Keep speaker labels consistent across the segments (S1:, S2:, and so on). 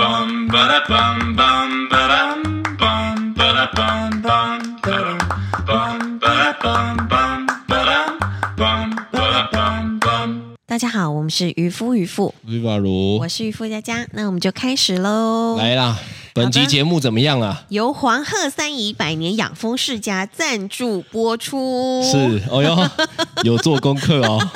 S1: bum ba da bum bum ba dum bum ba da bum bum ba dum bum ba da bum bum ba dum bum ba da bum bum.
S2: 大家好，我们是渔夫渔妇，
S3: Viva 如
S2: 我是渔夫佳佳，那我们就开始喽。
S3: 哦来啦，本期节目怎么样啊？
S2: 由黄鹤三姨百年养蜂世家赞助播出。
S3: 是，哦哟， 有做功课哦，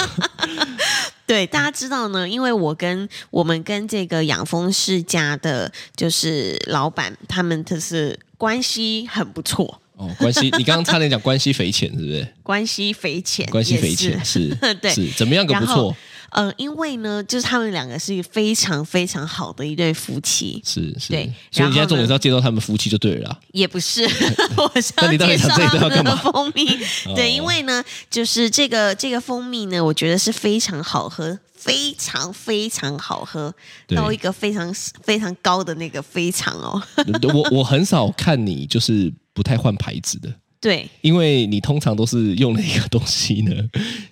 S2: 对，大家知道呢，因为我跟我们跟这个养蜂世家的，就是老板他们就是关系很不错，
S3: 哦，关系，你刚刚差点讲关系匪浅，是不是？
S2: 关系匪浅，
S3: 关系
S2: 也
S3: 匪
S2: 是
S3: 浅是
S2: 对
S3: 是怎么样个不
S2: 然后
S3: 错？
S2: 呃，因为呢，就是他们两个是非常非常好的一对夫妻，
S3: 是是，
S2: 对
S3: 所以
S2: 然
S3: 你现在
S2: 后
S3: 重点
S2: 呢
S3: 是要介绍他们夫妻就对了啦。
S2: 也不 是，我是
S3: 那
S2: 要
S3: 你到底
S2: 介绍
S3: 想这一段
S2: 他们
S3: 要干
S2: 的
S3: 嘛
S2: 蜂蜜。
S3: 哦
S2: 对，因为呢，就是这个这个蜂蜜呢，我觉得是非常好喝，非常非常好喝，
S3: 对
S2: 到一个非常非常高的那个非常哦。
S3: 我我很少看你就是不太换牌子的，
S2: 对，
S3: 因为你通常都是用了一个东西呢，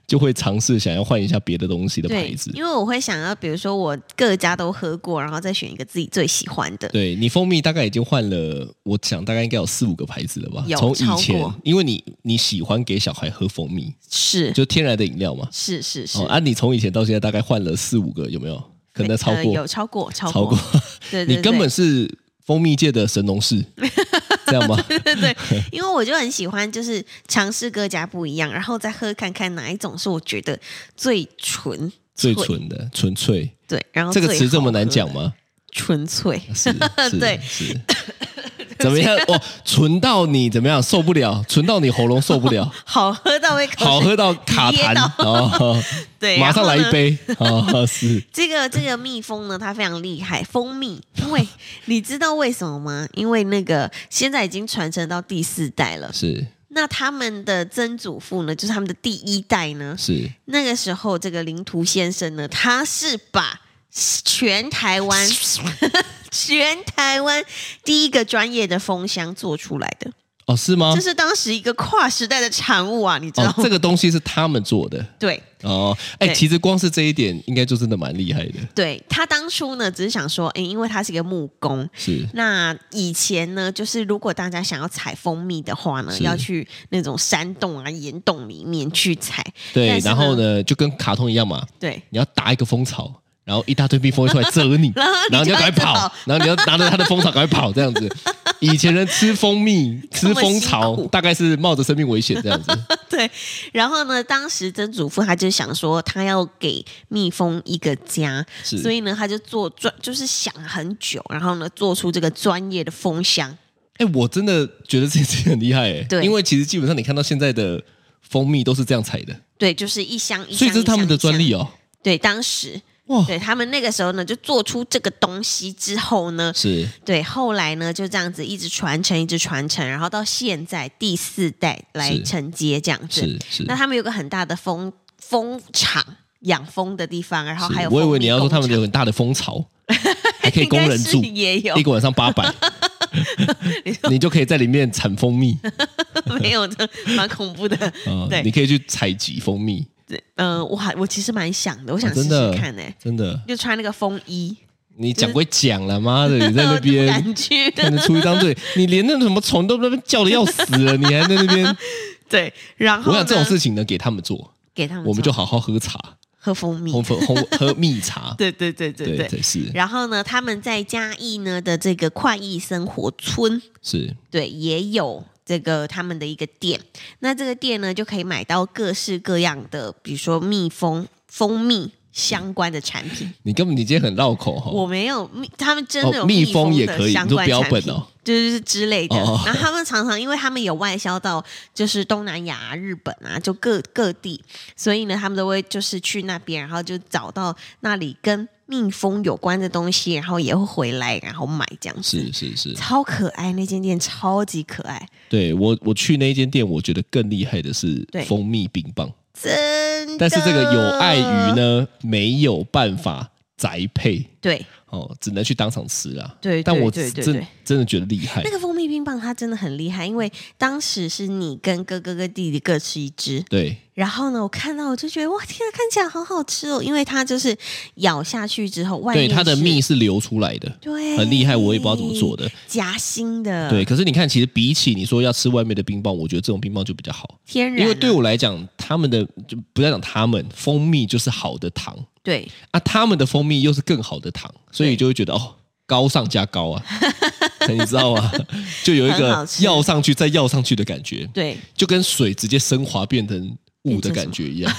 S3: 就会尝试想要换一下别的东西的牌
S2: 对
S3: 子，。
S2: 因为我会想要，比如说我各家都喝过，然后再选一个自己最喜欢的。
S3: 对你蜂蜜大概已经换了，我想大概应该有四五个牌子了吧
S2: 有。
S3: 从以
S2: 超
S3: 前
S2: 过，
S3: 因为你你喜欢给小孩喝蜂蜜，
S2: 是
S3: 就天然的饮料嘛。
S2: 是是是
S3: 哦，，啊，你从以前到现在大概换了四五个，有没有？可能超
S2: 呃
S3: 过，
S2: 有超过超
S3: 超过。
S2: 对对
S3: 你
S2: 对，
S3: 根本是蜂蜜界的神 农氏，这样吗？
S2: 对对，对，因为我就很喜欢，就是尝试各家不一样，然后再喝看看哪一种是我觉得最纯
S3: 最
S2: 粹
S3: 纯的，纯粹。
S2: 对，然后
S3: 这个
S2: 哦最
S3: 词这么
S2: 好
S3: 难
S2: 喝
S3: 讲
S2: 的？
S3: 吗？
S2: 纯粹，
S3: 是， 是
S2: 对
S3: 是。怎么样？哦，纯到你怎么样受不了？纯到你喉咙受不 了，
S2: 好喝到会口
S3: 好
S2: 水
S3: 喝到卡
S2: 噎
S3: 痰
S2: 到
S3: 哦，
S2: 对，
S3: 马
S2: 然
S3: 上
S2: 后
S3: 来
S2: 呢
S3: 一。杯 哦，是
S2: 这个这个蜜蜂呢，它非常厉害，蜂蜜。因 为你知道为什么吗？因为那个现在已经传承到第四代了。
S3: 是
S2: 那他们的曾祖父呢，就是他们的第一代呢，
S3: 是，
S2: 那个时候，这个林图先生呢，他是把全台湾 全台湾第一个专业的蜂箱做出来的，
S3: 哦，是吗
S2: 这？是当时一个跨时代的产物啊，你知道
S3: 哦
S2: 吗？，
S3: 这个东西是他们做的
S2: 对
S3: 哦。哎，
S2: 对
S3: 其实光是这一点，应该就真的蛮厉害的，
S2: 对，他当初呢，只是想说，诶，因为他是一个木工。
S3: 是
S2: 那以前呢，就是如果大家想要采蜂蜜的话呢，
S3: 是
S2: 要去那种山洞啊、岩洞里面去采。
S3: 对
S2: 但。是呢
S3: 然后呢，就跟卡通一样嘛，
S2: 对，，
S3: 你要打一个蜂巢，然后一大堆蜜蜂会出来蛰你
S2: 然后你
S3: 然后你
S2: 就
S3: 要赶快
S2: 要
S3: 跑
S2: 跑，
S3: 然后你要拿着它的蜂巢赶快跑，这样 子。以前人吃蜂蜜、吃蜂
S2: 这么
S3: 巢
S2: 辛苦，
S3: 大概是冒着生命危险这样子。
S2: 对，然后呢，当时曾祖父他就想说，他要给蜜蜂一个家，
S3: 是
S2: 所以呢，他就做专，就是想很久，然后呢，做出这个专业的蜂箱。
S3: 哎、我真的觉得这件事情很厉害哎、
S2: 对
S3: 因为其实基本上你看到现在的蜂蜜都是这样采的，
S2: 对，就是一箱一箱，
S3: 所以这是他们的专利
S2: 哦。
S3: 哦。
S2: 对，当时
S3: 哇，
S2: 对他们那个时候呢，就做出这个东西之后呢，
S3: 是
S2: 对，后来呢就这样子一直传承，一直传承，然后到现在第四代来
S3: 是
S2: 承接这样子。
S3: 是是
S2: 那。他们有个很大的蜂蜂场。养蜂的地方，然后还
S3: 是
S2: 有
S3: 我以为
S2: 蜂蜜
S3: 你要说
S2: 工
S3: 他们
S2: 厂
S3: 有很大的 蜂巢，还可以供人住
S2: 应该，是也有
S3: 一个晚上八百， 你就可以在里面产蜂蜜。
S2: 没有的，蛮恐 怖的。
S3: 呃
S2: 对
S3: 你可以去采集蜂蜜，
S2: 嗯、我还我其实蛮想的，我
S3: 我
S2: 想试
S3: 哦真
S2: 试
S3: 的
S2: 看呢、欸
S3: 真的。
S2: 就穿那个风衣，
S3: 你讲归讲了，妈的， 你在
S2: 我就
S3: 那
S2: 不
S3: 边
S2: 敢去。
S3: 看得出一张嘴，你连那什么虫都在那边叫的要死了，你还在那 边。
S2: 对，然后
S3: 我想这种
S2: 呢
S3: 事情呢，给他们做，
S2: 给他们做，
S3: 我们就好好喝茶，
S2: 喝蜂蜜。
S3: 红。粉红喝蜜茶
S2: 对对对对对。
S3: 对，是
S2: 然后呢，他们在嘉义呢的这个快意生活村，
S3: 是
S2: 对，也有这个他们的一个店。那这个店呢，就可以买到各式各样的，比如说蜜蜂、蜂蜜相关的产品。
S3: 你根本你今天很绕口哈。
S2: 我没有蜜，他们真的有
S3: 哦蜜蜂
S2: 蜂
S3: 也
S2: 的
S3: 可以
S2: 相
S3: 你说
S2: 关
S3: 标
S2: 产
S3: 本
S2: 品
S3: 哦，
S2: 就是之类的。
S3: 哦
S2: 然后他们常常，因为他们有外销到就是东南亚啊、日本啊，就各各地，所以呢，他们都会就是去那边，然后就找到那里跟蜜蜂有关的东西，然后也会回来，然后买这样子。
S3: 是是是，
S2: 超可爱，那间店超级可爱，
S3: 对我我去那一间店，我觉得更厉害的是
S2: 对
S3: 蜂蜜冰棒，
S2: 真的。
S3: 但是这个有碍于呢，没有办法宅配
S2: 对，
S3: 哦，只能去当场吃啦。
S2: 对对
S3: 但我
S2: 对对
S3: 真
S2: 对
S3: 真的觉得厉害
S2: 那。个蜂蜜冰棒它真的很厉害，因为当时是你跟哥哥跟弟弟各吃一只，
S3: 对，
S2: 然后呢，我看到我就觉得哇，天啊，看起来好好吃哦，因为它就是咬下去之后，外
S3: 对，
S2: 面
S3: 它的
S2: 是
S3: 蜜是流出来的，
S2: 对
S3: 很厉害，我也不知道怎么做，的。
S2: 夹心的，
S3: 对，，可是你看，其实比起你说要吃外面的冰棒，我觉得这种冰棒就比较好，
S2: 天然啊、
S3: 因为对我来讲，他们的就不要讲他们，蜂蜜就是好的糖
S2: 对
S3: 啊，他们的蜂蜜又是更好的糖，所以
S2: 对
S3: 就会觉得哦，高上加高 啊，你知道吗？就有一
S2: 很
S3: 个
S2: 好吃
S3: 要上去再要上去的感觉，
S2: 对
S3: 就跟水直接升华变成雾的感觉一样，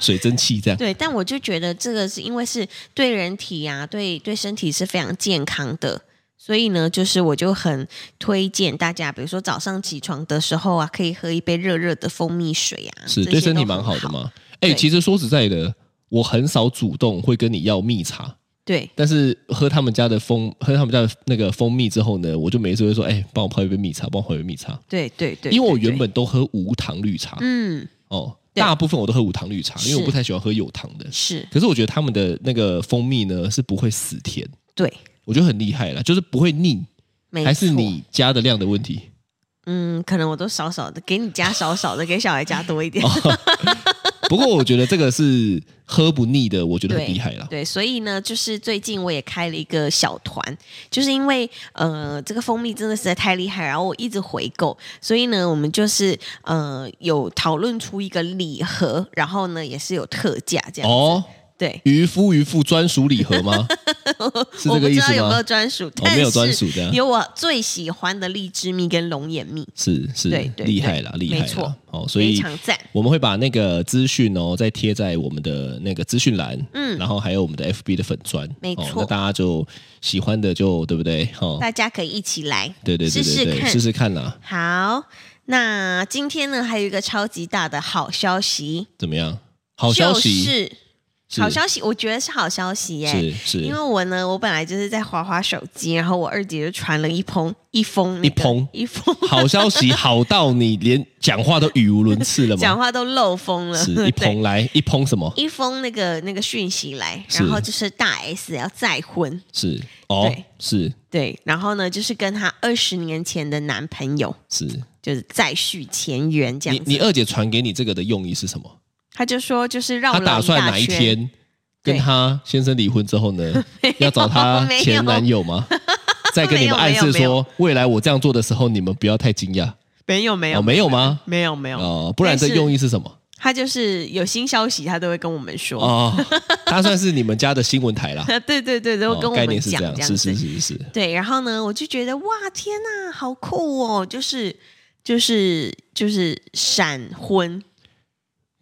S3: 水蒸气这样。
S2: 对，但我就觉得这个是因为是对人体啊，对对身体是非常健康的。所以呢，就是我就很推荐大家，比如说早上起床的时候啊，可以喝一杯热热的蜂蜜水啊，
S3: 是
S2: 这
S3: 对
S2: 些
S3: 身体
S2: 都
S3: 蛮
S2: 很
S3: 好
S2: 好
S3: 的？嘛。哎、
S2: 对
S3: 其实说实在的，我很少主动会跟你要蜜茶，
S2: 对，
S3: 但是喝他们家的蜂，喝他们家的那个蜂蜜之后呢，我就每一次会说，哎、帮我泡一杯蜜茶，帮我泡一杯蜜茶，
S2: 对对对，
S3: 因为我
S2: 对
S3: 原本都喝无糖绿茶、
S2: 嗯
S3: 哦，
S2: 对
S3: 大部分我都喝无糖绿茶，因为我
S2: 是
S3: 不太喜欢喝有糖的。
S2: 是
S3: 可是我觉得他们的那个蜂蜜呢是不会死甜，
S2: 对，
S3: 我觉得很厉害啦，就是不会腻，
S2: 没
S3: 还是
S2: 错
S3: 你加的量的问题。
S2: 嗯，可能我都少少的，给你加少少的，给小孩加多一
S3: 哦
S2: 点，
S3: 不过我觉得这个是喝不腻的，我觉得很
S2: 对，
S3: 厉害啦。
S2: 对，所以呢，就是最近我也开了一个小团，就是因为呃，这个蜂蜜真的实在太厉害，然后我一直回购，所以呢，我们就是呃有讨论出一个礼盒，然后呢也是有特价这样。
S3: 哦，
S2: 对，
S3: 渔夫渔妇专属礼盒 吗？是
S2: 我不
S3: 这个
S2: 知
S3: 意
S2: 道
S3: 思
S2: 有没有
S3: 吗？
S2: 专属，
S3: 哦，没有专属
S2: 但
S3: 的
S2: 是，有我最喜欢的荔枝蜜跟龙眼蜜，
S3: 是是
S2: 对对
S3: 厉害啦，
S2: 对
S3: 厉害
S2: 没错
S3: 啦。哦，所
S2: 非
S3: 以
S2: 常赞。
S3: 我们会把那个资讯哦，再贴在我们的那个资讯栏，嗯，然后还有我们的 FB 的粉砖，
S2: 没
S3: 哦
S2: 错
S3: 那大家就喜欢的就对不对？哦，
S2: 大家可以一起来，
S3: 对对
S2: 试
S3: 对对
S2: 试
S3: 对，
S2: 看
S3: 试试看啦，
S2: 好，那今天呢，还有一个超级大的好消息，
S3: 怎么样？好消
S2: 就
S3: 息
S2: 是
S3: 是
S2: 好消息，我觉得是好消息耶、
S3: 是是
S2: 因为我呢，我本来就是在滑滑手机，然后我二姐就传了一封一封、那个
S3: 一封
S2: 一封
S3: 好 消息，好到你连讲话都语无伦次了
S2: 讲
S3: 吗？
S2: 话都漏风了，
S3: 是一
S2: 对
S3: 捧来一捧什么？
S2: 一封那个那个讯息来，
S3: 是
S2: 然后就是大 S 要再婚，
S3: 是哦
S2: 对，
S3: 是
S2: 对，然后呢就是跟她二十年前的男朋友
S3: 是。
S2: 就是再续前缘这
S3: 你
S2: 样
S3: 你
S2: 子，
S3: 二姐传给你这个的用意是什么？
S2: 她就说就是绕
S3: 她
S2: 了
S3: 打算哪一
S2: 大圈
S3: 天跟
S2: 对
S3: 她先生离婚之后 呢，要找她
S2: 没有
S3: 前男友吗？ 再跟你们暗
S2: 没
S3: 示
S2: 有没有没
S3: 说，未来我这样做的时候，你们不要太惊讶
S2: 没有没有、
S3: 哦，没有吗？
S2: 没有没有，
S3: 哦，不然这
S2: 但是
S3: 用意是什么？
S2: 她就是有新消息她都会跟我们说。。
S3: 哦， 她算是你们家的新闻台啦
S2: 对对对， 都
S3: 哦
S2: 跟我
S3: 概
S2: 们
S3: 念是
S2: 讲
S3: 样，
S2: 样
S3: 是
S2: 子。
S3: 是是是，
S2: 对，然后呢，我就觉得哇，天呐，好酷哦！就是就是就是闪婚，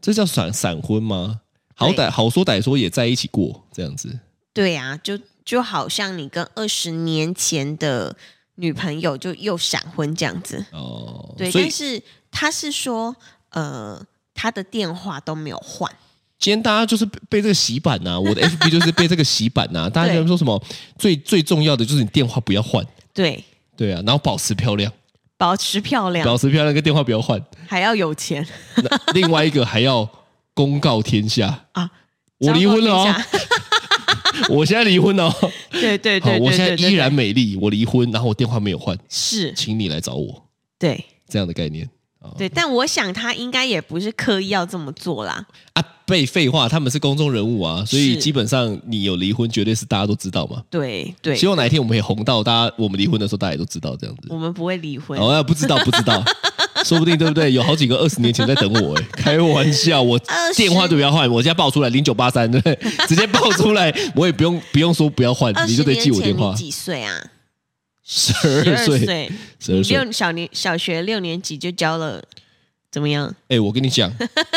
S3: 这叫闪闪婚吗？好
S2: 对
S3: 歹好说歹说也在一起过这样子，
S2: 对啊，就就好像你跟二十年前的女朋友就又闪婚这样子。
S3: 哦，
S2: 对，
S3: 所以
S2: 但是他是说，呃，他的电话都没有换，
S3: 今天大家就是被被这个洗版呐、我的 FB 就是被这个洗版呐、 大家就说什么最最重要的就是你电话不要换，
S2: 对，
S3: 对啊，然后保持漂亮，
S2: 保持漂亮，
S3: 保持漂亮跟电话不 要换。
S2: 还要有钱
S3: 那另外一个还要公告天下，
S2: 啊！
S3: 我离婚了
S2: 糟糕
S3: 哦
S2: 天，下
S3: 我现在离婚了哦，
S2: 对对
S3: 好
S2: 对，，
S3: 我
S2: 对
S3: 现在
S2: 对对
S3: 依然美丽，我离婚，然后我电话没有换，
S2: 是，
S3: 请你来找我，
S2: 对
S3: 这样的概念啊
S2: 对，但我想他应该也不是刻意要这么做啦。
S3: 啊，被废话，他们是公众人物啊，所以
S2: 是
S3: 基本上你有离婚，绝对是大家都知道嘛。
S2: 对对，
S3: 希望哪一天我们可以红到大家，我们离婚的时候大家也都知道这样子。
S2: 我们不会离婚。
S3: 哦，那不知道不知 道，说不定对不对？有好几个二十年前在等我哎、开玩笑，我
S2: 20
S3: 电话都不要换，我现在报出来零九八三，对 不对？直接报出来，我也不用不用说不要换
S2: 二，
S3: 你
S2: 十
S3: 就得
S2: 年
S3: 记
S2: 前
S3: 我电话
S2: 你。几岁啊？
S3: 十二岁，
S2: 岁，
S3: 十二岁，
S2: 六小年小学六年级就交了，怎么样？
S3: 哎、我跟你讲，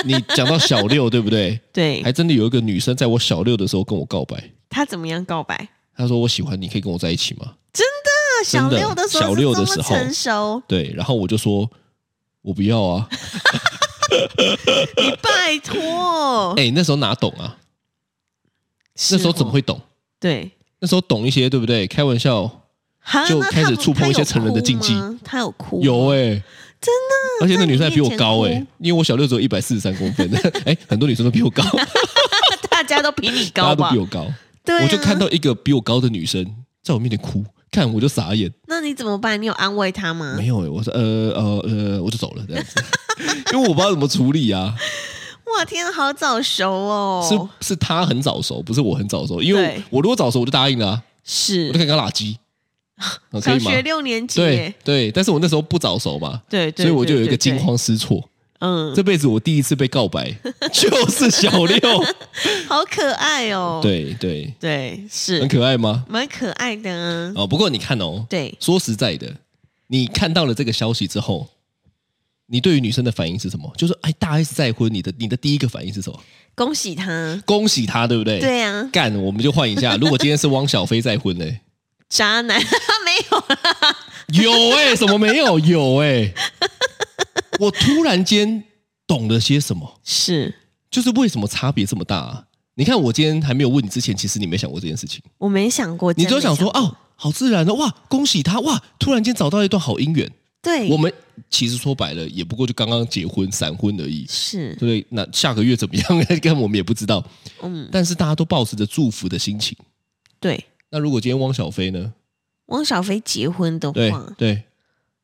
S3: 你讲到小六对不对？
S2: 对
S3: 还真的有一个女生在我小六的时候跟我告白，
S2: 他怎么样告白？
S3: 她说我喜欢你，可以跟我在一起吗？
S2: 那
S3: 真
S2: 小
S3: 的
S2: 六的时候，
S3: 小六的时候
S2: 成熟，
S3: 对，然后我就说我不要啊，
S2: 哎拜托，
S3: 哎、那时候哪懂啊？那时候怎
S2: 是
S3: 么
S2: 哦？
S3: 会懂？
S2: 对，
S3: 那时候懂一些对不对？开玩笑。
S2: 哈
S3: 就
S2: 那
S3: 开
S2: 他
S3: 始
S2: 不
S3: 触碰
S2: 他
S3: 一些
S2: 有
S3: 成人的
S2: 哭
S3: 禁忌
S2: 吗他有哭吗，
S3: 有哎、真的。而且那女生还比我高
S2: 在
S3: 哎、
S2: 你面前
S3: 因为我小六只有一百四十三公分，哎、很多女生都比我高，
S2: 大大家都比你
S3: 大
S2: 高
S3: 家都
S2: 吧
S3: 比？我高，
S2: 对、啊，
S3: 我就看到一个比我高的女生在我面前哭，看我就傻眼。
S2: 那你怎么办？你有安慰他吗？
S3: 没有、欸，我说呃呃呃，我就走了这样子， 因为我不知道怎么处理啊。
S2: 哇，天啊，好早熟哦！
S3: 是是他很早熟，不是我很早熟，因为
S2: 对
S3: 我我如果早熟我就答应了、啊，我
S2: 是
S3: 就可以跟他拉 鸡，啊可
S2: 小
S3: 以吗？
S2: 学六年级
S3: 对
S2: 耶，
S3: 对，但是我那时候不早熟嘛，
S2: 对对，
S3: 所以我就有一个
S2: 对
S3: 惊，慌失措。
S2: 对嗯，
S3: 这辈子我第一次被告白 就是小六，
S2: 好可爱哦。
S3: 对对，
S2: 对，
S3: 很
S2: 是
S3: 可爱吗？
S2: 蛮可爱的啊。
S3: 哦，不过你看哦，
S2: 对，
S3: 说实在的，你看到了这个消息之后，你对于女生的反应是什么？就是哎，大 S 再婚，你的你的第一个反应是什么？
S2: 恭喜他。
S3: 恭喜她，对不对？
S2: 对啊，
S3: 干，我们就换 一下。如果今天是汪小菲再婚呢、
S2: 渣男 没有
S3: 有哎、什么没有？有哎、我突然间懂了些什么，
S2: 是
S3: 就是为什么差别这么大、啊。你看，我今天还没有问你之前，其实你没想过这件事情，
S2: 我没想过，
S3: 你
S2: 真
S3: 就
S2: 没
S3: 想说
S2: 过
S3: 哦，好自然的哇，恭喜他哇，突然间找到一段好姻缘。
S2: 对，
S3: 我们其实说白了，也不过就刚刚结婚闪婚而已，
S2: 是
S3: 对不对？那下个月怎么样， 看我们也不知道。
S2: 嗯，
S3: 但是大家都抱持着祝福的心情。
S2: 对，
S3: 那如果今天汪小菲呢？
S2: 汪小菲结婚的
S3: 对
S2: 话，
S3: 对，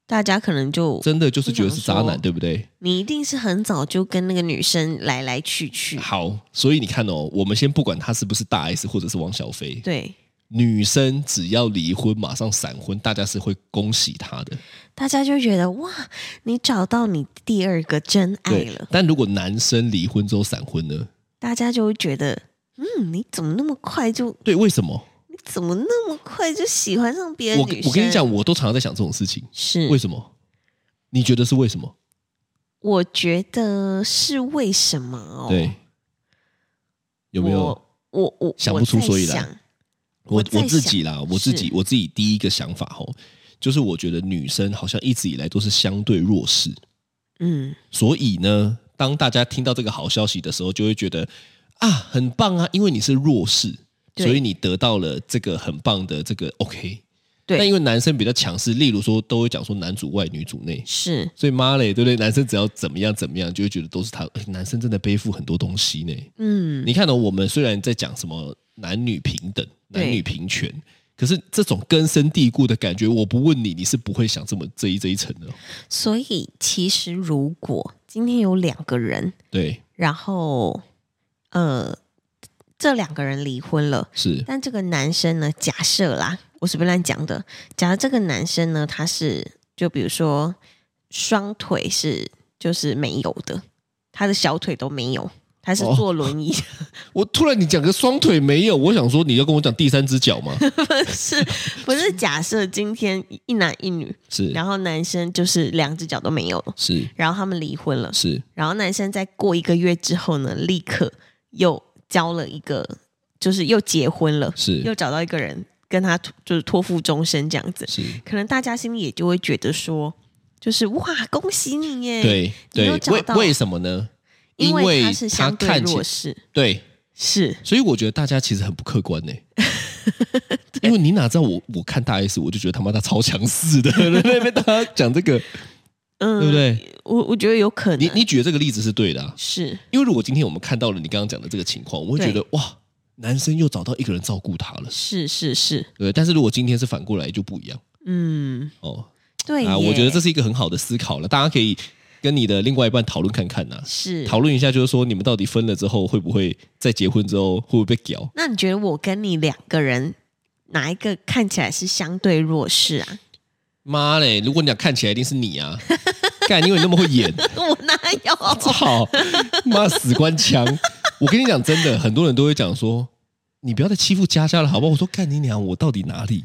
S2: 大家可能就
S3: 真的就是觉得是渣
S2: 我想
S3: 男，
S2: 说
S3: 对不对？
S2: 你一定是很早就跟那个女生来来去去，
S3: 好，所以你看哦，我们先不管他是不是大 S 或者是汪小菲，
S2: 对，
S3: 女生只要离婚马上闪婚，大家是会恭喜她的。
S2: 大家就觉得哇，你找到你第二个真爱
S3: 对
S2: 了，，
S3: 但如果男生离婚之后闪婚呢？
S2: 大家就会觉得，嗯，你怎么那么快就，
S3: 对，为什么？
S2: 你怎么那么快就喜欢上别的
S3: 我
S2: 女生？嗯
S3: 我跟你讲，，我都常常在想这种事情，
S2: 是
S3: 为什么？你觉得是为什么？
S2: 我觉得是为什么哦？
S3: 对，有没有？
S2: 我？我我
S3: 想不出所以
S2: 我在
S3: 然
S2: 想
S3: 我
S2: 我
S3: 我
S2: 在
S3: 自
S2: 想
S3: 己啦，我自己
S2: 是
S3: 我自己第一个想法吼，就是我觉得女生好像一直以来都是相对弱势，
S2: 嗯，
S3: 所以呢，当大家听到这个好消息的时候，就会觉得啊，很棒啊，因为你是弱势，
S2: 对
S3: 所以你得到了这个很棒的这个 OK。
S2: 对
S3: 但因为男生比较强势，例如说都会讲说男主外女主内，
S2: 是
S3: 所以妈嘞，对不对？男生只要怎么样怎么样，就会觉得都是他。哎男生真的背负很多东西呢。
S2: 嗯，
S3: 你看到、我们虽然在讲什么男女平等、
S2: 对
S3: 男女平权。可是这种根深蒂固的感觉，我不问你，你是不会想这么这一这一层的哦。
S2: 所以其实如果今天有两个人，
S3: 对，
S2: 然后呃，这两个人离婚了，
S3: 是
S2: 但这个男生呢，假设啦，我随便乱讲的，假设这个男生呢，他是就比如说双腿是就是没有的，他的小腿都没有，他是
S3: 哦
S2: 坐轮椅的，
S3: 我突然你讲个双腿没有，我想说你要跟我讲第三只脚吗？
S2: 不是不是假设今天一男一女，
S3: 是
S2: 然后男生就是两只脚都没有了，
S3: 是
S2: 然后他们离婚了，
S3: 是，
S2: 然后男生在过一个月之后呢，立刻又交了一个，就是又结婚了，
S3: 是
S2: 又找到一个人跟他托就是托付终身这样子，
S3: 是，
S2: 可能大家心里也就会觉得说，就是哇，恭喜你耶，，
S3: 对
S2: 你
S3: 对
S2: 又，找
S3: 为
S2: 到
S3: 为什么呢？
S2: 因
S3: 为
S2: 他是
S3: 他
S2: 相对
S3: 看起
S2: 弱势，
S3: 对，
S2: 是
S3: 所以我觉得大家其实很不 客观呢、因为你哪知道我我看大 S 我就觉得他妈他超强势的， 在那边大家讲这个，
S2: 嗯，
S3: 对不？对？
S2: 我我觉得有可能，
S3: 你你举的这个例子是对的、啊，
S2: 是
S3: 因为如果今天我们看到了你刚刚讲的这个情况，我会觉
S2: 对
S3: 得哇，男生又找到一个人照顾他了，
S2: 是是是，
S3: 对不对。但是如果今天是反过来就不一样
S2: 嗯，
S3: 哦，
S2: 对
S3: 啊，我觉得
S2: 耶
S3: 这是一个很好的思考了，大家可以跟你的另外一半讨论看看呐、
S2: 是
S3: 讨论一下，就是说你们到底分了之后会不会在结婚之后会不会被屌？
S2: 那你觉得我跟你两个人，哪一个看起来是相对弱势啊？
S3: 妈嘞！如果你俩看起来一定是你啊， 干，因为你那么会演，
S2: 我哪有？
S3: 操，妈死官腔！我跟你讲，真的，很多人都会讲说，你不要再欺负佳佳了，好不好？我说干你娘，我到底哪里？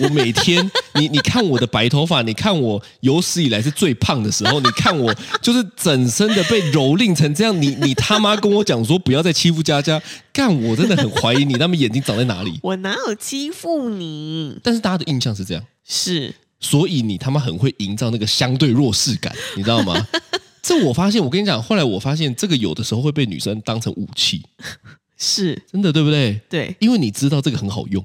S3: 我每天， 你你看我的白头发，你看我有史以来是最胖的时候，你看我 就是整身的被蹂躏成这样，你你他妈跟我讲说不要再欺负佳佳，干我真的很怀疑你他们眼睛长在哪里。
S2: 我哪有欺负你？
S3: 但是大家的印象是这样，
S2: 是
S3: 所以你他妈很会营造那个相对弱势 感，你知道吗？这我发现，我跟你讲，后来我发现这个有的时候会被女生当成武器，
S2: 是，
S3: 真的对不对？
S2: 对，
S3: 因为你知道这个很好用，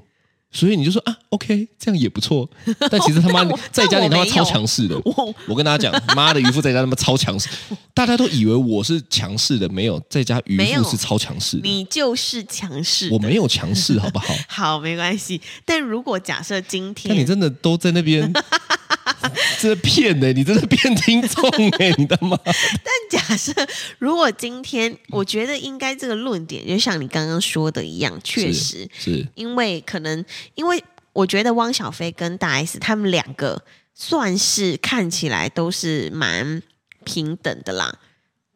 S3: 所以你就说啊，OK，这样也不错。但其实他妈
S2: 但我
S3: 在家里他
S2: 但我
S3: 妈
S2: 没有
S3: 超强势的，
S2: 我
S3: 我跟大 家讲，妈的渔夫在家他妈超强势，大家都以为我是强势的，没有，在家渔
S2: 没有
S3: 夫是超强势的，
S2: 你就是强势的，
S3: 我没有 强势，好不好？
S2: 好没关系。但如果假设今
S3: 那你
S2: 天
S3: 真的都在那 边，这骗的，你真的骗听众哎、你他妈！
S2: 假设，如果今天，我觉得应该这个论点，就像你刚刚说的一样，确实，
S3: 是
S2: 因为可能，因为我觉得汪小菲跟大 S 他们两个算是看起来都是蛮平等的啦，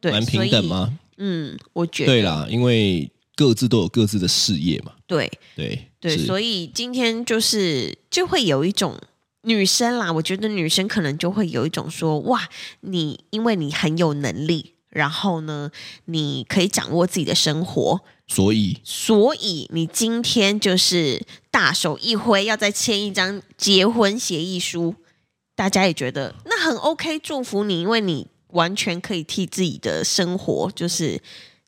S2: 对，
S3: 蛮平等
S2: 所以？
S3: 吗？
S2: 嗯，我觉得
S3: 对啦，因为各自都有各自的事业嘛，
S2: 对
S3: 对
S2: 对，
S3: 是
S2: 所以今天就是就会有一种女生啦，我觉得女生可能就会有一种说，哇，你因为你很有能力，然后呢，你可以掌握自己的生活，
S3: 所以
S2: 所以你今天就是大手一挥，要再签一张结婚协议书，大家也觉得那很 OK，祝福你，因为你完全可以替自己的生活就是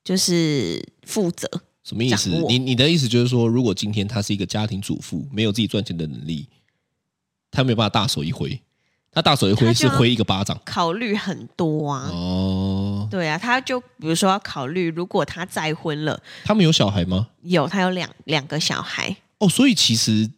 S2: 就是负责，
S3: 什么意思
S2: 掌？握
S3: 你你的意思就是说，如果今天她是一个家庭主妇，没有自己赚钱的能力，她没有办法大手一挥，她大手一挥
S2: 她就是要
S3: 挥一个巴掌
S2: 考虑很多啊。
S3: 哦。
S2: 对啊，他就比如说要考虑，如果他再婚了，
S3: 他们有小孩吗？
S2: 有他有两两个小孩，
S3: 哦，所以其实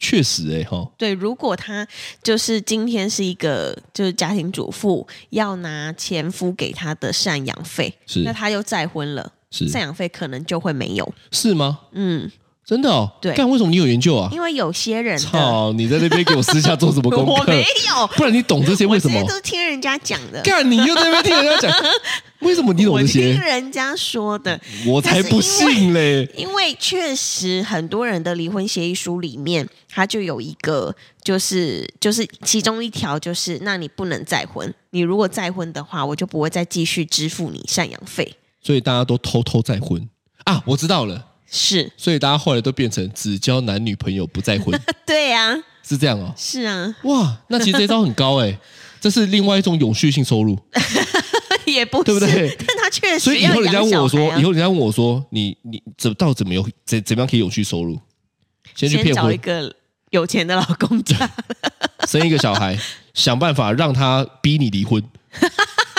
S3: 确实哎、哈，
S2: 对，如果他就是今天是一个就是家庭主妇，要拿前夫给他的赡养费，
S3: 是
S2: 那他又再婚了，
S3: 是
S2: 赡养费可能就会没有。
S3: 是吗？
S2: 嗯，
S3: 真的哦，
S2: 对
S3: 干为什么你有研究啊？
S2: 因为有些人的
S3: 操，你在那边给我私下做什么功
S2: 我
S3: 课
S2: 没？有，
S3: 不然你懂这些为
S2: 我
S3: 什
S2: 这
S3: 么
S2: 些？都是听人家讲的，
S3: 干，你又在那边听人家讲，为什么你懂
S2: 我
S3: 这
S2: 听
S3: 些？
S2: 人家说的。
S3: 我才不信嘞！
S2: 因为确实很多人的离婚协议书里面，它就有一个，就是就是其中一条就是，那你不能再婚，你如果再婚的话，我就不会再继续支付你赡养费。
S3: 所以大家都偷偷再婚啊！我知道了，
S2: 是
S3: 所以大家后来都变成只交男女朋友不再 婚，
S2: 对啊，
S3: 是这样哦。
S2: 是啊，
S3: 哇，那其实这招很高哎、 这是另外一种永续性收入。
S2: 也不是
S3: 对不对
S2: 但他确
S3: 所
S2: 实
S3: 以以
S2: 要
S3: 后人家
S2: 养
S3: 问
S2: 小
S3: 我
S2: 孩
S3: 说，
S2: 啊
S3: 以后人家问我说，你你怎到底怎么有怎怎么样可以永续收入？先去
S2: 先
S3: 骗
S2: 找
S3: 婚
S2: 一，个有钱的老公家，
S3: 生一个小 孩，想办法让他逼你离婚，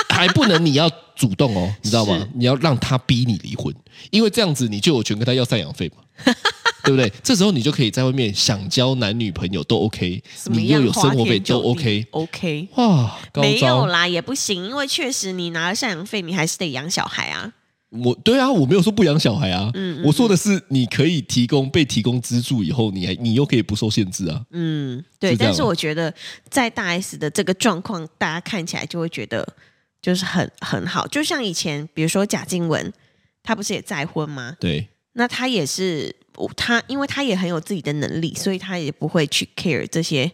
S3: 还不能你要主动哦，你知道吗
S2: 是？
S3: 你要让他逼你离婚，因为这样子你就有权跟他要赡养费嘛， 对不对？这时候你就可以在外面想交男女朋友都 OK，
S2: 什么
S3: 你又
S2: 样
S3: 有生活费都
S2: 花天
S3: OK，
S2: 酒地 OK。
S3: 哇，高
S2: 没有
S3: 招！
S2: 啦，也不行，因为确实你拿了赡养费，你还是得养小孩啊。
S3: 我对啊，我没有说不养小孩啊，
S2: 嗯嗯
S3: 我说的是你可以提供被提供资助以后，你还你又可以不受限制啊，
S2: 嗯，对，
S3: 是这样
S2: 但
S3: 吗
S2: 是我觉得在大 S 的这个状况，大家看起来就会觉得就是很很好，就像以前，比如说贾静雯，她不是也再婚吗？
S3: 对。
S2: 那她也是我她，因为她也很有自己的能力，所以她也不会去 care 这些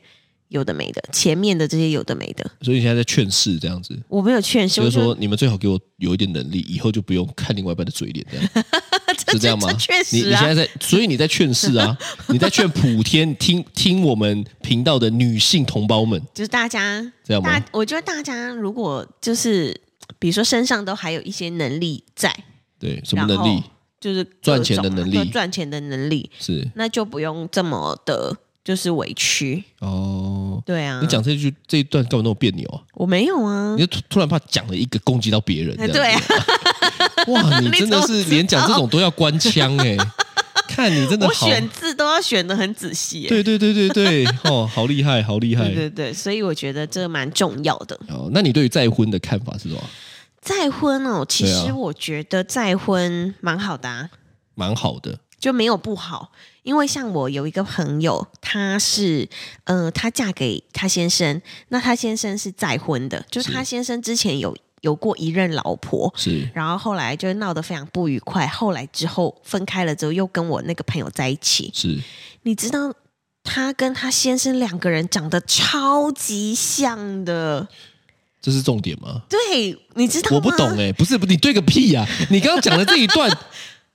S2: 有的没的，前面的这些有的没的。
S3: 所以你现在在劝世这样子，
S2: 我没有劝
S3: 就
S2: 说，
S3: 是说你们最好给我有一点能力，以后就不用看另外一半的嘴脸这样。是这样吗？
S2: 这确
S3: 你
S2: 实
S3: 你现在
S2: 啊，
S3: 在，所以你在劝世 啊，你在劝普天听听我们频道的女性同胞们，
S2: 就是大家
S3: 这样吗
S2: 大，我觉得大家如果就是比如说身上都还有一些能力在，
S3: 对，什么能力
S2: 然后就是各
S3: 赚钱的
S2: 种啊
S3: 能力
S2: 对赚钱的能力，
S3: 是
S2: 那就不用这么的，就是委屈。
S3: 哦。
S2: 对啊，
S3: 你讲这句这一段干嘛那么别扭啊？
S2: 我没有啊
S3: 你，就突突然怕讲了一个攻击到别人，这
S2: 哎
S3: 样
S2: 对啊，
S3: 子哇， 你
S2: 你
S3: 真的
S2: 怎么
S3: 是
S2: 知
S3: 连讲这
S2: 道
S3: 种都要官腔哎、 看你真的
S2: 我
S3: 好，
S2: 选字都要选的很仔细耶。
S3: 对对对 对对，哦，好厉害，好厉害
S2: 对。对对，所以我觉得这蛮重要的。
S3: 哦，那你对于再婚的看法是什么？
S2: 再婚哦，其
S3: 对
S2: 实
S3: 啊
S2: 我觉得再婚蛮好的、啊，
S3: 蛮好的，
S2: 就没有不好。因为像我有一个朋友，她是，呃，她嫁给她先生，那她先生是再婚的，就是
S3: 是
S2: 她先生之前有有过一任老婆，
S3: 是
S2: 然后后来就闹得非常不愉快，后来之后分开了之后，又跟我那个朋友在一起。
S3: 是，
S2: 你知道，她跟她先生两个人长得超级像的，
S3: 这是重点吗？
S2: 对，你知道吗？
S3: 我不懂哎、不是不，你对个屁呀、你刚刚讲的这一段，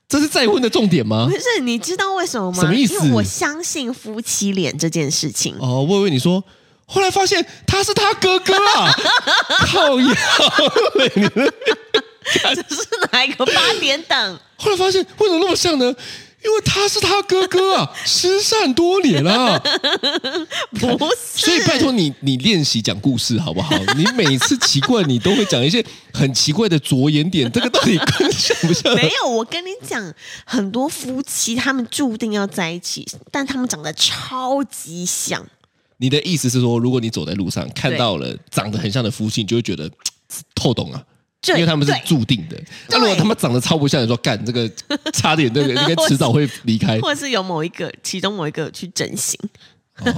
S3: 这是再婚的重点吗
S2: 不？是，你知道为什么吗？
S3: 什么意思
S2: 因为我相信夫妻脸这件事情。
S3: 哦，我以为你说，后来发现他是他哥哥啊，靠呀！
S2: 这是哪一个八点档？
S3: 后来发现为什么那么像呢？因为他是他哥哥啊，失散多年啊，
S2: 不是，
S3: 所以拜托你，你练习讲故事好不好？你每次奇怪，你都会讲一些很奇怪的着眼点，这个到底跟像不像？
S2: 没有，我跟你讲，很多夫妻他们注定要在一起，但他们长得超级像。
S3: 你的意思是说，如果你走在路上看到了长得很像的夫妻，你就会觉得嘖透懂啊，
S2: 对
S3: 因为他们是
S2: 对
S3: 注定的。那如果他们长得超不像，你说干这个差点，这个应该迟早会离开。
S2: 或者是有某一个，其中某一个去整形，
S3: 哦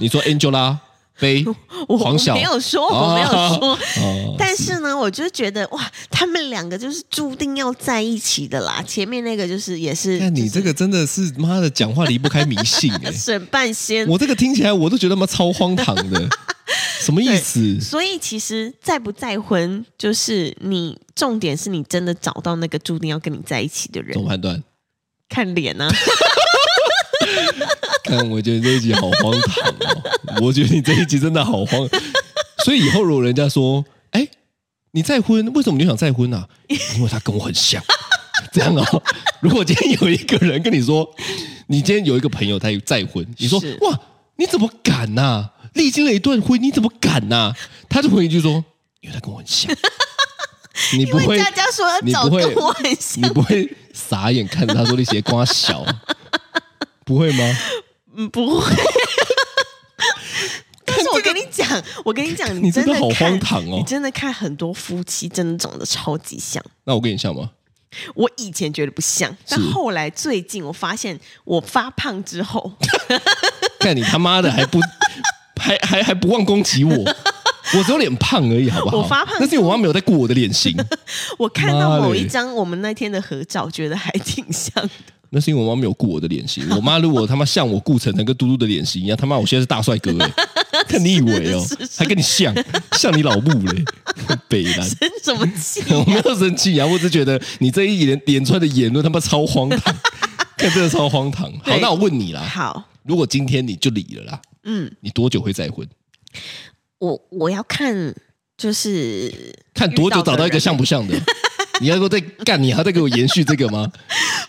S3: 你说 Angela 飞
S2: 我
S3: 黄晓
S2: 我没有说，
S3: 啊
S2: 我没有说，
S3: 哦
S2: 但是呢，我就觉得哇，他们两个就是注定要在一起的啦。前面那个就是也是，
S3: 看
S2: 就
S3: 你
S2: 是
S3: 这个真的是妈的，讲话离不开迷信哎、
S2: 沈半仙，
S3: 我这个听起来我都觉得妈超荒唐的，什么意思？
S2: 所以其实再不再婚，就是你重点是你真的找到那个注定要跟你在一起的人
S3: 怎，么判断？
S2: 看脸啊。
S3: 看，我觉得这一集好荒唐哦！我觉得你这一集真的好荒。 所以以后如果人家说：“哎，你再婚，为什么你想再婚啊？”因为他跟我很像。这样哦，如果今天有一个人跟你说，你今天有一个朋友他再婚，你说
S2: 是：“
S3: 哇，你怎么敢呐、历经了一段婚，你怎么敢呐、他就回一句说：“因为他跟我 很像。”你不
S2: 因为
S3: 会
S2: 佳佳说要
S3: 你
S2: 找
S3: 不会
S2: 跟我很
S3: 你
S2: 像，
S3: 不会傻眼看着他说你鞋瓜小，啊不会吗？
S2: 嗯，不 会。但是我跟你讲，我跟你讲，
S3: 你
S2: 真
S3: 真
S2: 的
S3: 的好
S2: 看
S3: 荒唐哦
S2: 你真的看很多夫妻，真的长得超级像。
S3: 那我跟你像吗？
S2: 我以前觉得不像，但后来最近我发现，我发胖之后，
S3: 看你他妈的还不 还还还不忘攻击我， 我只有脸胖而已，好不好？
S2: 我发胖
S3: 但是因为我妈没有在顾我的脸型，
S2: 我看到
S3: 妈
S2: 某一
S3: 嘞
S2: 张我们那天的合照，觉得还挺像的。
S3: 那是因为我妈没有顾我的脸型。我妈如果他妈像我顾晨晨跟嘟嘟的脸型一样，他妈我现在是大帅哥 哎、看你以为哦
S2: 是是，是
S3: 还跟 你像，像你老母嘞，北南。
S2: 生什么气？
S3: 我没有生气啊，我只是觉得你这一连连串的言论他妈超 荒唐，看真的超荒唐。好，
S2: 对
S3: 那我问你啦，
S2: 好，
S3: 如果今天你就离了啦，
S2: 嗯，
S3: 你多久会再婚？
S2: 我我要看，就是
S3: 看多久找到一个像不像的？你要给我再干，你还要再给我延续这个 吗？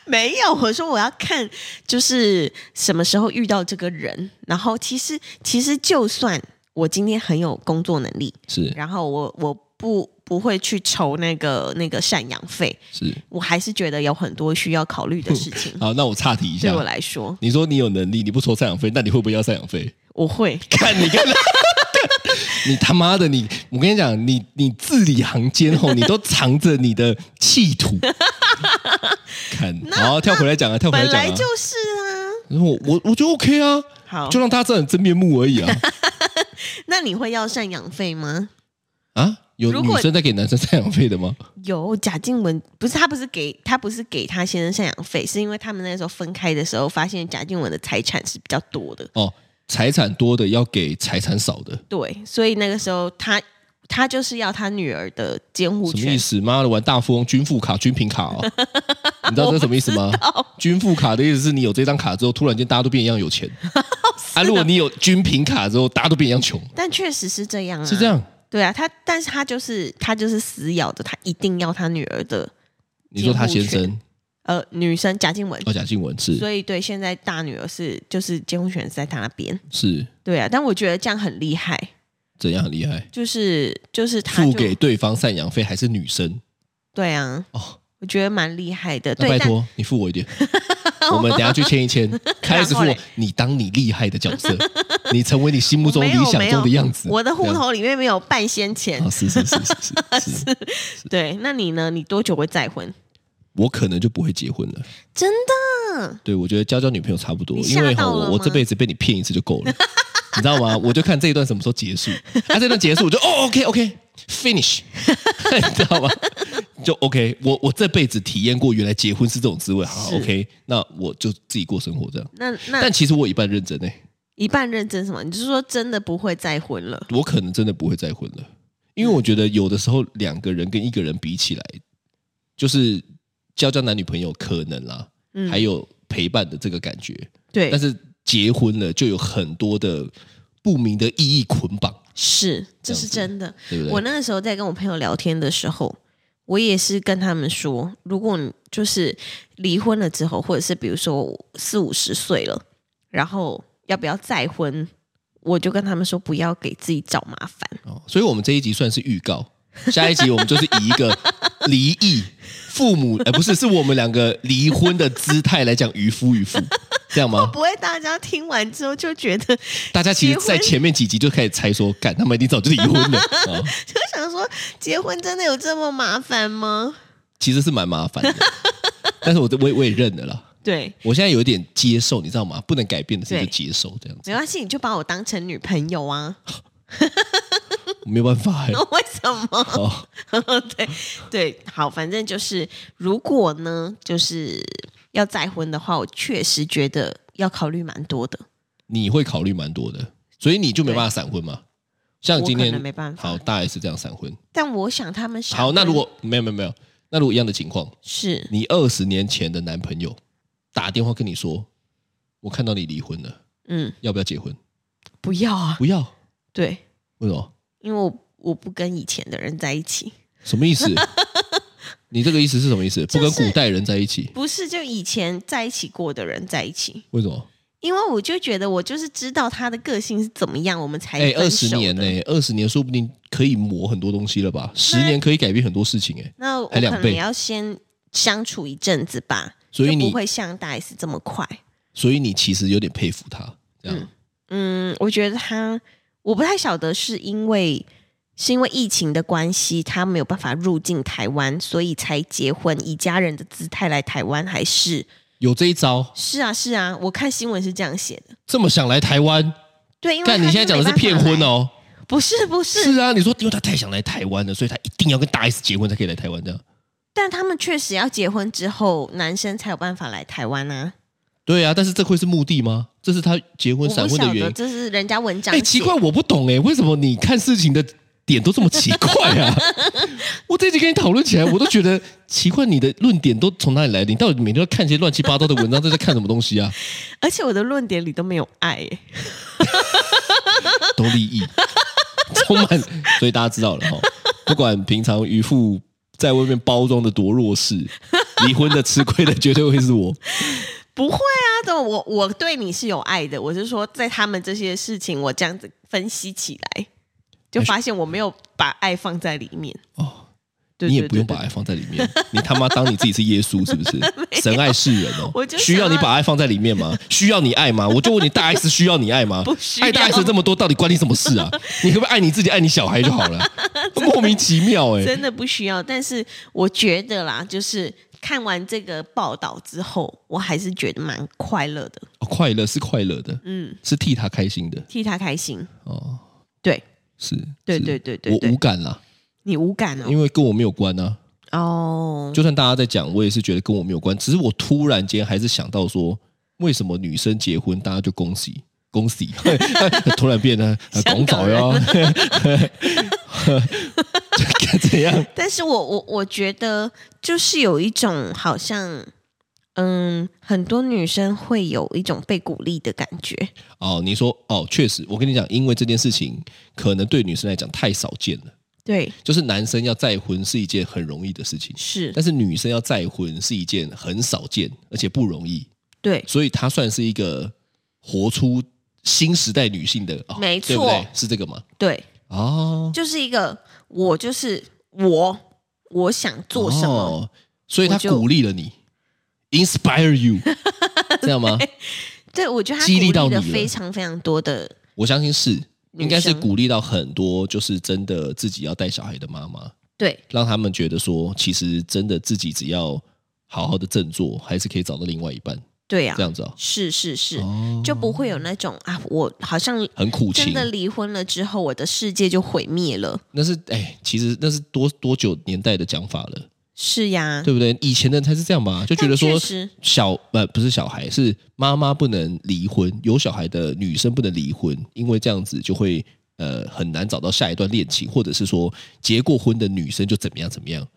S2: 没有，我说我要看，就是什么时候遇到这个人。然后其实其实就算我今天很有工作能力，
S3: 是
S2: 然后我我不不会去筹那个那个赡养费，
S3: 是，。
S2: 我还是觉得有很多需要考虑的事情
S3: 好，那我岔题一
S2: 对
S3: 下
S2: 我。来说，
S3: 你说你有能力，你不筹赡养费，那你会不会要赡养费？
S2: 我会
S3: 看你跟他， 你他妈的你！我跟你讲，你你字里行间吼，你都藏着你的企图。 看，好，跳回来讲啊，跳回来
S2: 本
S3: 讲
S2: 来
S3: 啊
S2: 就。是啊。
S3: 我我我觉得 OK 啊，
S2: 好
S3: 就，让大家知道你真面目而已啊
S2: 那你会要赡养费吗？
S3: 啊！有
S2: 如
S3: 女
S2: 果
S3: 生在给男生赡养费的吗？
S2: 有贾静雯不是他不是给他不是给他先生赡养费，是因为他们那时候分开的时候，发现贾静雯的财产是比较多的，
S3: 哦，财产多的要给财产少的，
S2: 对，所以那个时候他他就是要他女儿的监护
S3: 什么意
S2: 权。
S3: 思？妈的，玩大富翁均富卡、均平卡 哦，你知道这是什么意思吗？均富卡的意思是你有这张卡之后，突然间大家都变一样有 钱。啊，如果你有均平卡之后，大家都变一样穷，
S2: 但确实是这样啊，
S3: 是这，样？
S2: 对啊，他但是他就是他就是死咬着，他一定要他女儿的
S3: 你说他先
S2: 监护
S3: 生
S2: 呃女生贾静雯，
S3: 哦，贾静雯是
S2: 所以对现在大女儿是就是监护权是在他那边，
S3: 是
S2: 对啊，但我觉得这样很厉害，
S3: 怎样很厉害？
S2: 就是就是他
S3: 付
S2: 就
S3: 给对方赡养费还是女生
S2: 对啊，
S3: 哦？
S2: 我觉得蛮厉害的，
S3: 那
S2: 对，
S3: 拜
S2: 但
S3: 托你 付我一点，我们等下去签一签，开始付
S2: 然后
S3: 我
S2: 嘞
S3: 你当你厉害的角色，你成为你心目中
S2: 没
S3: 理
S2: 有
S3: 想
S2: 没有
S3: 中的样子。
S2: 我的户
S3: 这样
S2: 头里面没有半仙钱
S3: 啊，。是是是是 是是，
S2: 对，那你呢？你多久会再婚？
S3: 我可能就不会结婚了。
S2: 真的？
S3: 对，我觉得交交女朋友差不多，
S2: 你
S3: 因为
S2: 吓
S3: 哈，
S2: 到了
S3: 我我
S2: 吗
S3: 这辈子被你骗一次就够了， 你知道吗？我就看这一段什么时候结束， 啊，这段结束我就哦，OK OK，finish，、你 知道吗？就 OK，我我这辈子体验过原来结婚是这种滋味，好
S2: 是
S3: OK，那我就自己过生活这样。
S2: 那那
S3: 但其实我一半认真欸诶、
S2: 一半认真什么？你是说真的不会再婚了？
S3: 我可能真的不会再婚了，因为我觉得有的时候两个人跟一个人比起来，就是交交男女朋友可能啦，
S2: 嗯
S3: 还有陪伴的这个感觉，
S2: 对，
S3: 但
S2: 是
S3: 是结婚了就有很多的不明的意义捆绑，
S2: 这是真的。
S3: 对不对？
S2: 我那个时候在跟我朋友聊天的时候，我也是跟他们说，如果你就是离婚了之后，或者是比如说四五十岁了，然后要不要再婚，我就跟他们说不要给自己找麻烦。
S3: 哦，所以我们这一集算是预告，下一集我们就是以一个离异父母，呃，不是，是我们两个离婚的姿态来讲渔夫渔妇，这 样吗？
S2: 不会，大家听完之后就觉得
S3: 大家其实，在前面几集就开始猜说，干，他们一定早就离婚了啊、哦
S2: 就想说， 结婚真的有这么麻烦吗？
S3: 其实是蛮麻烦的，但是我我也我也认了啦。
S2: 对，
S3: 我现在有点接受，你知道吗？不能改变的事情就接受，这样子
S2: 没关系，你就把我当成女朋友啊。
S3: 我没有办法、欸。
S2: 那为什么？
S3: 哦，
S2: 对对，好，反正就是，如果呢，就是要再婚的话，我确实觉得要考虑蛮多的。
S3: 你会考虑蛮多的，所以你就没办法闪婚嘛。像今
S2: 我可
S3: 天
S2: 能没办法啊
S3: 好大 S 这样闪婚，
S2: 但我想他们想
S3: 好，那如果没有没有没有，那如果一样的情况，
S2: 是
S3: 你二十年前的男朋友打电话跟你说，我看到你离婚了，
S2: 嗯，
S3: 要不要结婚？
S2: 不要啊，
S3: 不要，
S2: 对，
S3: 为什么？
S2: 因为我我不跟以前的人在一起，
S3: 什么意 思？你这个意思是什么意思？不跟
S2: 就是
S3: 古代人在一起，
S2: 不是就以前在一起过的人在一起，
S3: 为什么？
S2: 因为我就觉得我就是知道他的个性是怎么样，我们才
S3: 哎，二
S2: 分
S3: 十
S2: 手
S3: 年
S2: 的
S3: 呢、二十年说不定可以磨很多东西了
S2: 啊
S3: 吧？十年可以改变很多事情哎、
S2: 那我
S3: 还
S2: 可
S3: 两
S2: 能
S3: 倍
S2: 也要先相处一阵子吧，
S3: 所以
S2: 就
S3: 你
S2: 不会像大 S 这么快。
S3: 所以你其实有点佩服他，这样、
S2: 嗯，我觉得他，我不太晓得是因为是因为疫情的关系，他没有办法入境台湾，所以才结婚，以家人的姿态来台湾，还是
S3: 有这一招，
S2: 是啊是啊，我看新闻是这样写的。
S3: 这么想来台湾，
S2: 对，因为
S3: 但你
S2: 他
S3: 现在讲的是骗婚
S2: 没办法
S3: 哦。
S2: 来，不是不是，
S3: 是啊，你说因为他太想来台湾了，所以他一定要跟大 S 结婚才可以来台湾这样。
S2: 但他们确实要结婚之后，男生才有办法来台湾啊。
S3: 对啊，但是这会是目的吗？这是他结
S2: 我
S3: 婚闪
S2: 不
S3: 婚
S2: 晓
S3: 的原
S2: 得，
S3: 因。
S2: 这是人家文章
S3: 哎、
S2: 写的。
S3: 奇怪，我不懂哎、为什么你看事情的点都这么奇怪 啊？我这一集跟你讨论起来，我都觉得奇怪，你的论点都从哪里来的？你到底每天都看一些乱七八糟的文章，在在看什么东西啊？
S2: 而且我的论点里都没有爱、欸，
S3: 都利益，充满，所以大家知道了哈、不管平常渔夫在外面包装的多弱势，离婚的吃亏的绝对会是我。
S2: 不会啊，怎么我我对你是有爱的？我是说，在他们这些事情，我这样子分析起来，就发现我没有把爱放在里面。
S3: 哦，
S2: 对
S3: 你也
S2: 对
S3: 不用
S2: 对
S3: 把爱放在里面，你他妈当你自己是耶稣是 不是？神爱世人哦
S2: 我，就想
S3: 需要你把爱放在里面吗？需要你爱吗？我就问你，大 S 需要你爱吗
S2: 不？需要
S3: 爱大 S 这么多，到底关你什么事 啊？你可不可以爱你自己，爱你小孩就好了？莫名其妙哎、
S2: 真的不需要。但是我觉得啦，就是看完这个报道之后，我还是觉得蛮快乐的，
S3: 哦快乐是快乐的，
S2: 嗯，
S3: 是替他开心的
S2: 替他开心。
S3: 哦，
S2: 对
S3: 是，
S2: 对
S3: 是
S2: 对对对
S3: 我无
S2: 对，
S3: 感啦，
S2: 你无感哦
S3: 因为跟我没有关啊。
S2: 哦，
S3: 就算大家在讲，我也是觉得跟我没有关。只是我突然间还是想到说，为什么女生结婚大家就恭喜恭喜， 突然变得呃
S2: 香
S3: 广
S2: 港
S3: 早
S2: 人
S3: 哟，这怎样？
S2: 但是我我我觉得就是有一种好像，嗯，很多女生会有一种被鼓励的感觉。
S3: 哦，你说哦，确实，我跟你讲，因为这件事情可能对女生来讲太少见了，
S2: 对，
S3: 就是男生要再婚是一件很容易的事情，
S2: 是，
S3: 但是女生要再婚是一件很少见而且不容易，
S2: 对，
S3: 所以她算是一个活出新时代女性的，哦、
S2: 没
S3: 对不对
S2: 错
S3: 是这个吗？
S2: 对，
S3: 哦，
S2: 就是一个我就是我，我想做什么，
S3: 哦所以他
S2: 我就
S3: 鼓励了你 ，inspire you，这样吗？
S2: 对我觉得他
S3: 激励
S2: 鼓
S3: 到
S2: 励了
S3: 你了
S2: 非常非常多的，
S3: 我相信是，
S2: 女
S3: 应该是
S2: 生
S3: 鼓励到很多就是真的自己要带小孩的妈妈，
S2: 对
S3: 让他们觉得说，其实真的自己只要好好的振作，还是可以找到另外一半，
S2: 对啊
S3: 这，样子啊、
S2: 是是是，
S3: 哦，
S2: 就不会有那种啊，我好像
S3: 很苦
S2: 真
S3: 情
S2: 的。离婚了之后，我的世界就毁灭了。
S3: 那是哎，其实那是多多久年代的讲法了，
S2: 是呀，
S3: 对不对？以前的人才是这样吧，就觉
S2: 但
S3: 得说
S2: 确实
S3: 小呃不是小孩，是妈妈不能离婚，有小孩的女生不能离婚，因为这样子就会呃很难找到下一段恋情，或者是说结过婚的女生就怎么样怎么样，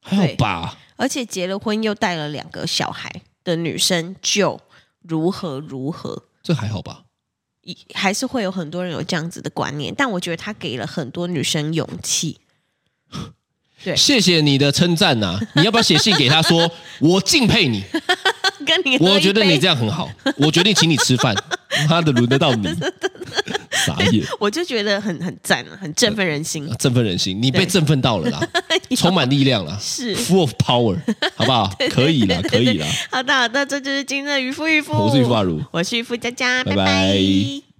S3: 还好吧？
S2: 而且结了婚又带了两个小孩的女生，就如何如何，
S3: 这还好吧？
S2: 一还是会有很多人有这样子的观念。但我觉得他给了很多女生勇气，对
S3: 谢谢你的称赞呐、你要不要写信给他说， 我敬佩你，
S2: 跟你喝一
S3: 我觉得
S2: 杯
S3: 你这样很好，我决定请你吃饭。妈的，轮得 到你， 傻眼，
S2: 我就觉得很很赞啊，很振奋人心。
S3: 振奋人心，你被
S2: 对
S3: 振奋到 了啦，充满力量啦，
S2: 是
S3: ，full of power，好不好？ 可以了，可以了。
S2: 好的，好的，这就是今日的渔夫渔夫，
S3: 我是渔夫阿如
S2: 我是渔夫佳佳，
S3: 拜
S2: 拜
S3: 拜
S2: 拜